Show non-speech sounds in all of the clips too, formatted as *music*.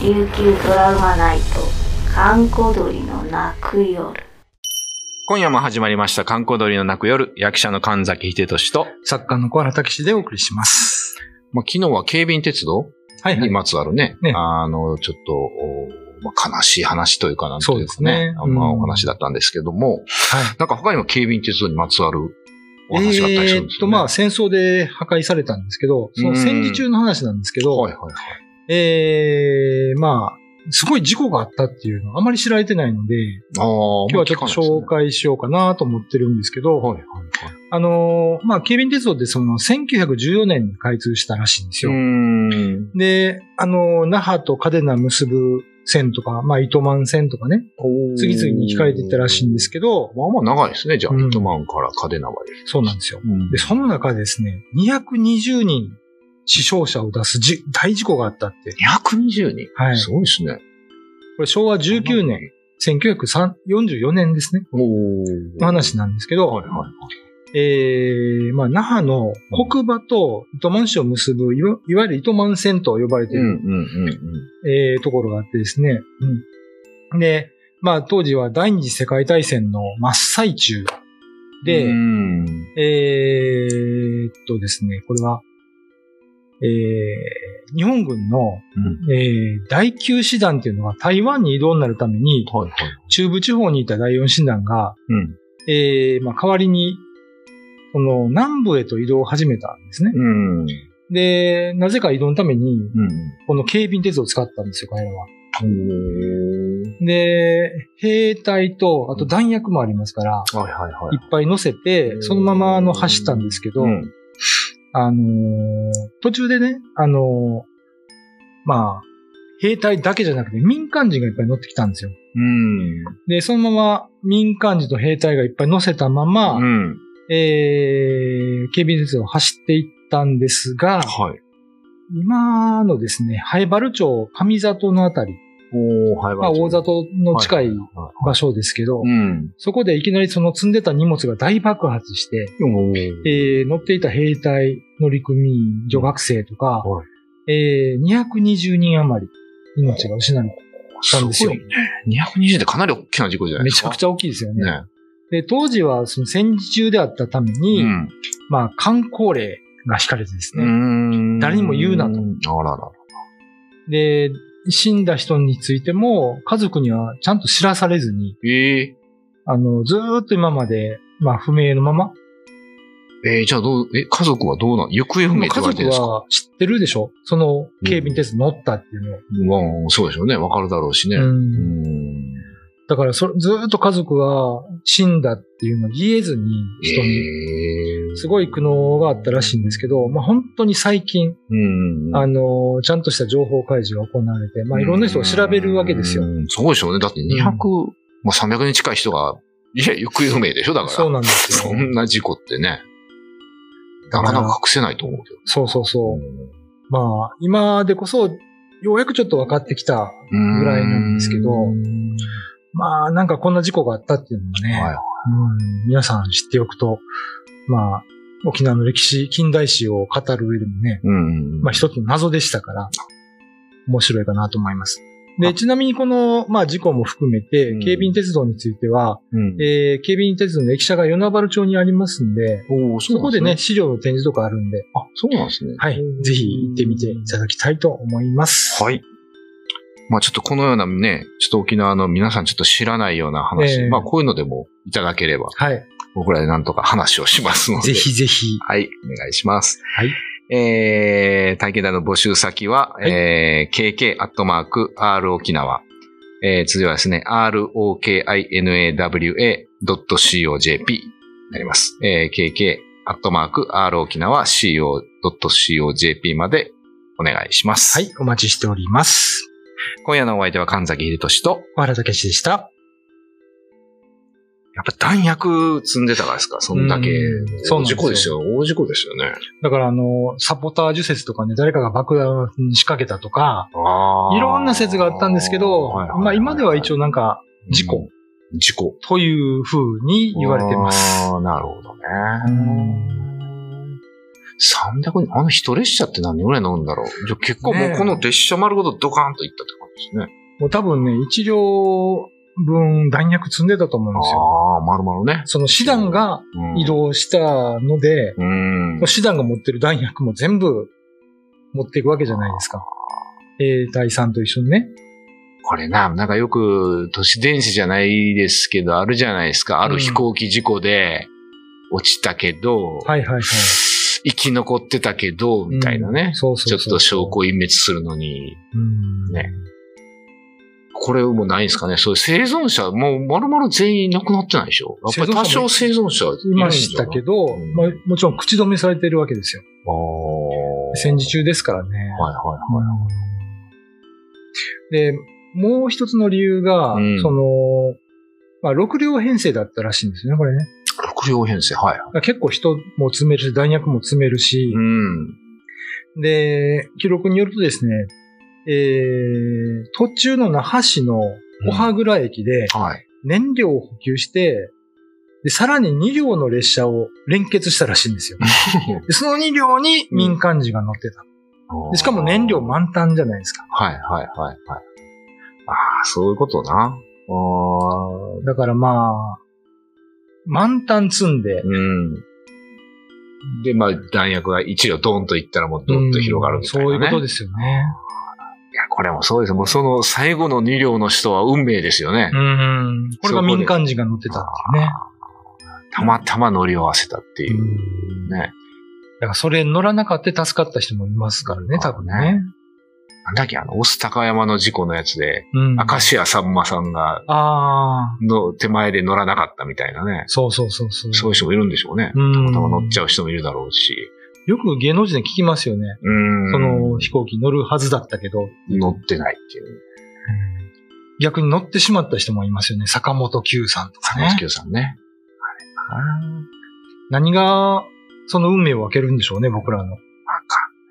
琉球ドラマナイト観光鳥の泣く夜今夜も始まりました、観光鳥の泣く夜、役者の神崎秀俊と、作家の小原武史でお送りします。まあ、昨日は警備員鉄道はいはにい。まつわるね、ねあの、ちょっと、おまあ、悲しい話というかなんというかね、そうですねまあ、うんお話だったんですけども、はいなんか他にも警備員鉄道にまつわるお話があったりすえるーんっですと、よね。まあ、戦争で破壊されたんですけど、その戦時中の話なんですけどはい、はいはい。えー、まあ、すごい事故があったっていうのはあまり知られてないので、あーあん今ま日はち聞ょかなっいですねと紹介しようかなと思ってるんですけど、はいはいはい。あのー、まあ、警備員鉄道ってその1914年に開通したらしいんですうーよ。ん。で、あのー、那覇と嘉手納結ぶ線とか、まあ、糸満線とかね、次々に控えていったらしいんですけど、まあまあ長いですね、じゃあ、うん糸満から嘉手納まで。そうなんですよ。うんで、その中でですね、220人死傷者を出すじ大事故があったって。 220人、はいすごいですね。これ昭和19年、1944年ですね、おー。の話なんですけど、はいはい。えー、まあ、那覇の国場と糸満市を結ぶ、いわいわゆる糸満線と呼ばれている、うんえーところがあってですね、うんで、まあ、当時は第二次世界大戦の真っ最中で、うん。えーっとですね、これは、えー日本軍の、うんえー第9師団っていうのが台湾に移動になるために、はいはい。中部地方にいた第4師団が、うん。えーまあ、代わりに、この南部へと移動を始めたんですね。うん。うん。で、なぜか移動のために、うんこの警備鉄道を使ったんですよ、彼らは。ほーで、兵隊と、あと弾薬もありますから、はいはいはいい。っぱい乗せて、そのままあの走ったんですけど、うんあのー途中でね、あのーまあ、兵隊だけじゃなくて民間人がいっぱい乗ってきたんですよ。うん。で、そのまま民間人と兵隊がいっぱい乗せたまま、うん。えー、警備鉄道を走っていったんですが、はい。今のですね、灰原町上里のあたり、おー、はいまあ大里の近いは場所ですけど、うん。そこでいきなりその積んでた荷物が大爆発して、おーえー乗っていた兵隊、乗組員、女学生とか、はえー220人余り命が失われたんですよごいね。220ってかなり大きな事故じゃないでめすちゃか。くちゃ大きいですよね。ね。で当時はその戦時中であったために、うんまあ、観光令が引かれてですうね、ん。誰にも言うなとと。あらら。で、死んだ人についても、家族にはちゃんと知らされずに、ええ。あの、ずーっと今まで、まあ、不明のまま、えー、じゃあどう、え、家族はどうなの行方不明まっあて家言われて族るんですかは知ってるでしょその、警備に鉄道乗ったっていうのを。まあ、そうでしょうね。わかるだろうしね。ううんん。だからそれ、ずーっと家族は死んだっていうのを言えずに、人に、えーすごい苦悩があったらしいんですけど、まあ本当に最近、うん。あの、ちゃんとした情報開示が行われて、まあいろんな人が調べるわけですよう。ん。すごいでしょうね。だって200、まあ300人近い人が、いや、行方不明でしょだから。そうなんですそよ。んな事故ってね。なかなか隠せないと思うけど。そうそうそう。まあ、今でこそ、ようやくちょっと分かってきたうんぐらいなんですけどうんまあ、なんかこんな事故があったっていうのもね、はい。うん皆さん知っておくと、まあ、沖縄の歴史、近代史を語る上でもね、うん。まあ一つの謎でしたから、面白いかなと思います。で、あちなみにこの、まあ事故も含めてうん、警備員鉄道については、うん、えー警備員鉄道の駅舎が与那原町にありますんで、おーそこでね、す資料の展示とかあるんで、あ、そうなんですね。はい、ぜひ行ってみていただきたいと思います。はい。まあちょっとこのようなね、ちょっと沖縄の皆さんちょっと知らないような話、ええまあこういうのでもいただければ、はい。僕らでなんとか話をしますので。ぜひぜひ。はい、お願いします。はい。えー、体験談の募集先は、いえー、kk.r 沖縄。えー、次はですね、rokinawa.co.jp になります。えー、kk.r 沖縄 co.co.jp までお願いします。はい、お待ちしております。今夜のお相手は神崎秀俊と、小原武史でした。やっぱ弾薬積んでたからですかそんだけうん。そうなん大事ですよ故ですよ。大事故ですよね。だからあの、サポター呪説とかね、誰かが爆弾に仕掛けたとか、あーいろんな説があったんですけど、はいはいいまあ今では一応なんか、事故うん。事故。という風に言われてます。あーなるほどねうん。 300人、あの一列車って何人ぐらい乗るんだろう。じゃあ結構もねうえこの列車丸ごとドカーンと行ったってこですね。もう多分ね、1両分弾薬積んでたと思うんですよ。ああ、まるまるね。その師団がうん移。動したので、うん。師団が持ってる弾薬も全部持っていくわけじゃないですか。兵隊さんと一緒にね。これな、なんかよく都市伝説じゃないですけど、あるじゃないですか。ある飛行機事故で落ちたけど、はいはいはい。生き残ってたけど、みたいなね。うんそうちそょっうそとう。証拠隠滅するのに、うん。ねこれもないんですかね。そういう生存者、もう丸々全員亡くなってないでしょ。やっぱり多少生存者いましたけど。ど、うんまあ、もちろん口止めされてるわけですよ。あー戦時。中ですからね。はいはいはい。で、もう一つの理由が、うんその、まあ、6両編成だったらしいんですよね、これね。六両編成、はい。だから結構人も詰めるし、弾薬も詰めるしう、ん。で、記録によるとですね、えー、途中の那覇市の小羽倉駅ではい。燃料を補給して、で、さらに2両の列車を連結したらしいんですよ。でその2両に民間人が乗ってた。 *laughs* でしかも燃料満タンじゃないですか。 *laughs* はいはいはいはい。ああ、そういうことな。ああ、だからまあ、満タン積んで、うん。で、まあ、弾薬が一両ドンといったらもうドンと広がるみたいな、ねうんそういうことですよね。いや、これもそうです。もうその最後の2両の人は運命ですよね。うん。これが民間人が乗ってたっていうね。たまたま乗り合わせたっていうう。んね。だからそれ乗らなかった助かった人もいますからね、多分ね。なんだっけ、あの、オス高山の事故のやつで、うん。明石家さんまさんが、ああ、の手前で乗らなかったみたいなね。そうそうそうそう。そういう人もいるんでしょうね。うんたまたま乗っちゃう人もいるだろうし。よく芸能人で聞きますよね。うん。その飛行機乗るはずだったけど、乗ってないっていう。逆に乗ってしまった人もいますよね。坂本九さんとか坂本ね。九さんね。あれな何が、その運命を分けるんでしょうね、僕らの。あかん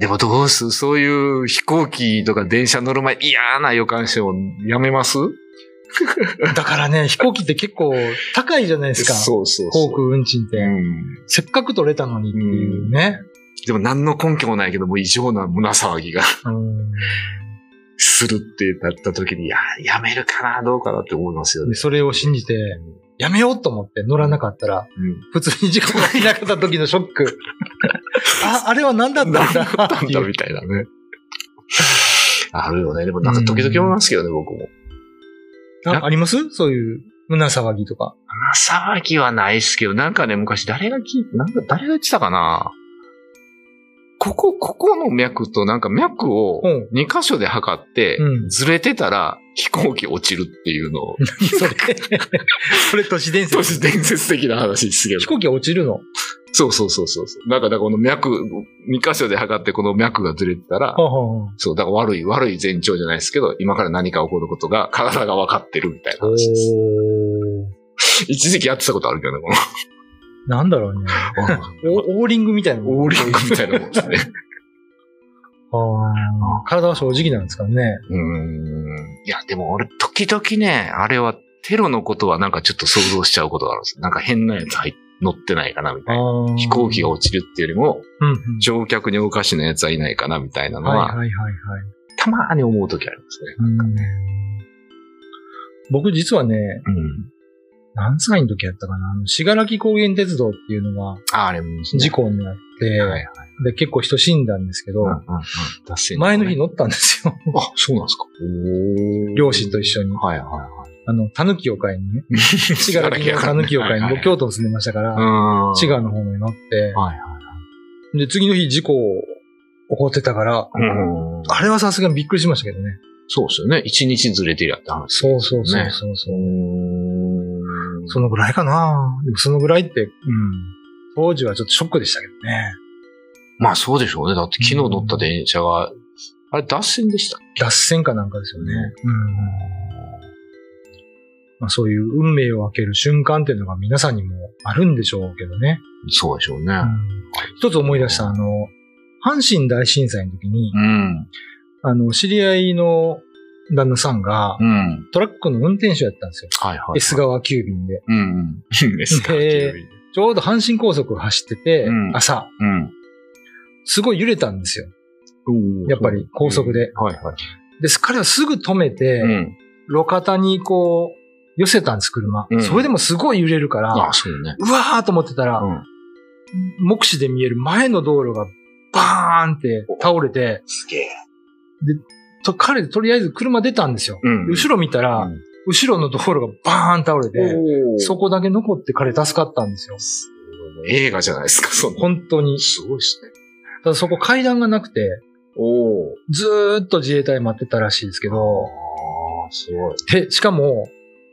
でもどうすそういう飛行機とか電車乗る前嫌な予感してもやめますだからね、飛行機って結構高いじゃないですか。そうそうそう。航空運賃って、うんせっかく取れたのにっていうね。でも何の根拠もないけど、もう異常な胸騒ぎが *laughs* うんするってなった時に、いや、やめるかな、どうかなって思いますよでね。それを信じて、やめようと思って乗らなかったら、普通に事故が起きなかった時のショック。あ、あれは何だったんだなっんていだうみたいなね。 *laughs* あるよね。でもなんか時々思いますけどね、僕も。あありますそういう胸騒ぎとか。胸騒ぎはないっすけど、なんかね、昔誰が聞いなんか誰が言ってたかな。ここ、ここの脈となんか脈をうん2箇所で測って *laughs* う、んずれてたら飛行機落ちるっていうの *laughs* を、何それそれ都市伝都説。市伝説的な話ですけど飛。行機は落ちるの。そうそうそうそうそう。だからこの脈、2箇所で測ってこの脈がずれてたら、そう、だから悪い、悪い前兆じゃないですけど、今から何か起こることが体が分かってるみたいなお話です。ー一時期やってたことあるけどね、こなんだろうね。の、 *laughs* おオーリングみたいなもん。オーリングみたいなもんですね。 *laughs* あー体は正直なんですからね。うーん。いや、でも俺、時々ね、あれは、テロのことはなんかちょっと想像しちゃうことがあるんですよ。なんか変なやつ入っ乗ってないかな、みたいな。飛飛行機が落ちるっていうよりも、うんうん。乗客におかしなやつはいないかな、みたいなのはいは、はいはいはい。たまーに思う時ありますね。なんかね。僕実はね、うん。何歳の時やったかなあの、しがらき高原鉄道っていうのがあ、あれも、事故になって、はいはい。で、結構人死んだんですけど、前の日の。乗ったんですよ。あ、そうなんですか。お両親と一緒に。はいはいはあの、狸を買いにね。 *laughs* い。滋賀県の狸を買いに、僕京都。都に住んでましたから、うん。滋賀の方に乗って、はいで、次の日事故起こってたから、はい。うん。あれはさすがにびっくりしましたけどね。そうですよね。一日ずれてりゃって話。そうそうそうねそうそうう、ーんそのぐらいかなでもそのぐらいって、うん。当時はちょっとショックでしたけどね。まあそうでしょうね。だって昨日乗った電車が、あれ脱線でしたっけ脱線かなんかですよね。うん。まあそういう運命を分ける瞬間っていうのが皆さんにもあるんでしょうけどね。そうでしょうね。一つ思い出した、あの、阪神大震災の時にう、ん。あの、知り合いの旦那さんがう、ん。トラックの運転手やったんですよ。はいはい。 S 川急便で。うんうん。S がでちょうど阪神高速走ってて、うん朝、すごい揺れたんですよ。うん。やっぱり高速でうんはいはい。で、彼はすぐ止めて、うん。路肩にこう、寄せたんです、車。うんそれでもすごい揺れるから、ああ、そうね。うわーと思ってたら、うん。目視で見える前の道路がバーンって倒れて、すげえ。と彼とりあえず車出たんですよ。うん。後ろ見たら、うん後ろの道路がバーン倒れて、おーそこだけ残って彼助かったんですよ。すごい映画じゃないですか、その。本当に。すごいですね。ただそこ階段がなくて、おお。ずーっと自衛隊待ってたらしいですけど、ああ、すごい。で、しかも、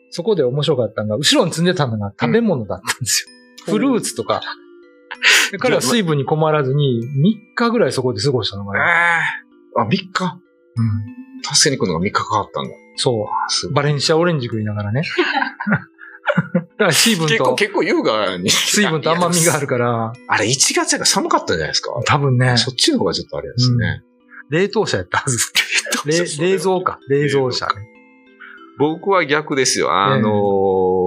そこで面白かったのが、後ろに積んでたのが食べ物だったんですよ。うんフルーツとか。で彼は水分に困らずに、3日ぐらいそこで過ごしたのが、ねあ、3日うん助けに行くのが3日かかったんだ。そあすう。ごいバレンシアオレンジ食いながら *laughs* ね。だから水分結構、と、結構優雅に。水分と甘みがあるから、あれ、1月やから寒かったんじゃないですか。多分ね、そっちの方がちょっとあれですね。冷凍車やったはず。冷 *laughs* 冷凍車冷蔵か。冷蔵車。僕は逆ですよ。あのー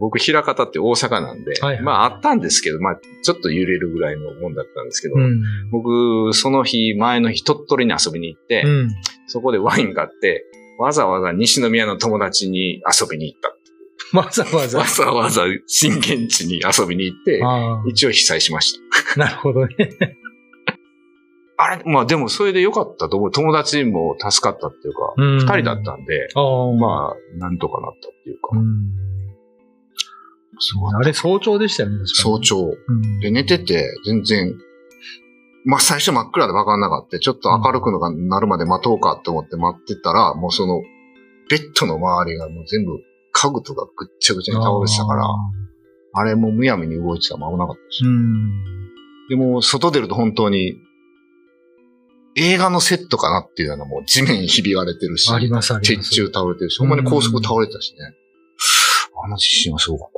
僕、平方って大阪なんで、はいはいまあ、あったんですけど、まあ、ちょっと揺れるぐらいのもんだったんですけど、うん。僕、その日、前の日、鳥取に遊びに行って、うん。そこでワイン買って、わざわざ西宮の友達に遊びに行っわざわた。ざわ。ざわざ震源地に遊びに行って、ああ一応被災しました。なるほどね。あれまあでもそれで良かったと思う。友達も助かったっていうか、うん二、人だったんで、ああ、あ。まあ、なんとかなったっていうか。うん。すごかあったれ早朝でしたよね、確か早。に朝。うんで、寝てて、全然、まあ最初真っ暗で分かんなかった。ちょっと明るくのがなるまで待とうかと思って待ってたら、もうその、ベッドの周りがもう全部家具とかぐっちゃぐちゃに倒れてたから、あーあれもうむやみに動いてたら危なかったです。うん。でも、外出ると本当に、映画のセットかなっていうようなもう地面ひび割れてるし、あります、あり鉄ます。柱倒れてるし、ほんまに高速倒れてたしね。あの地震はすごかっ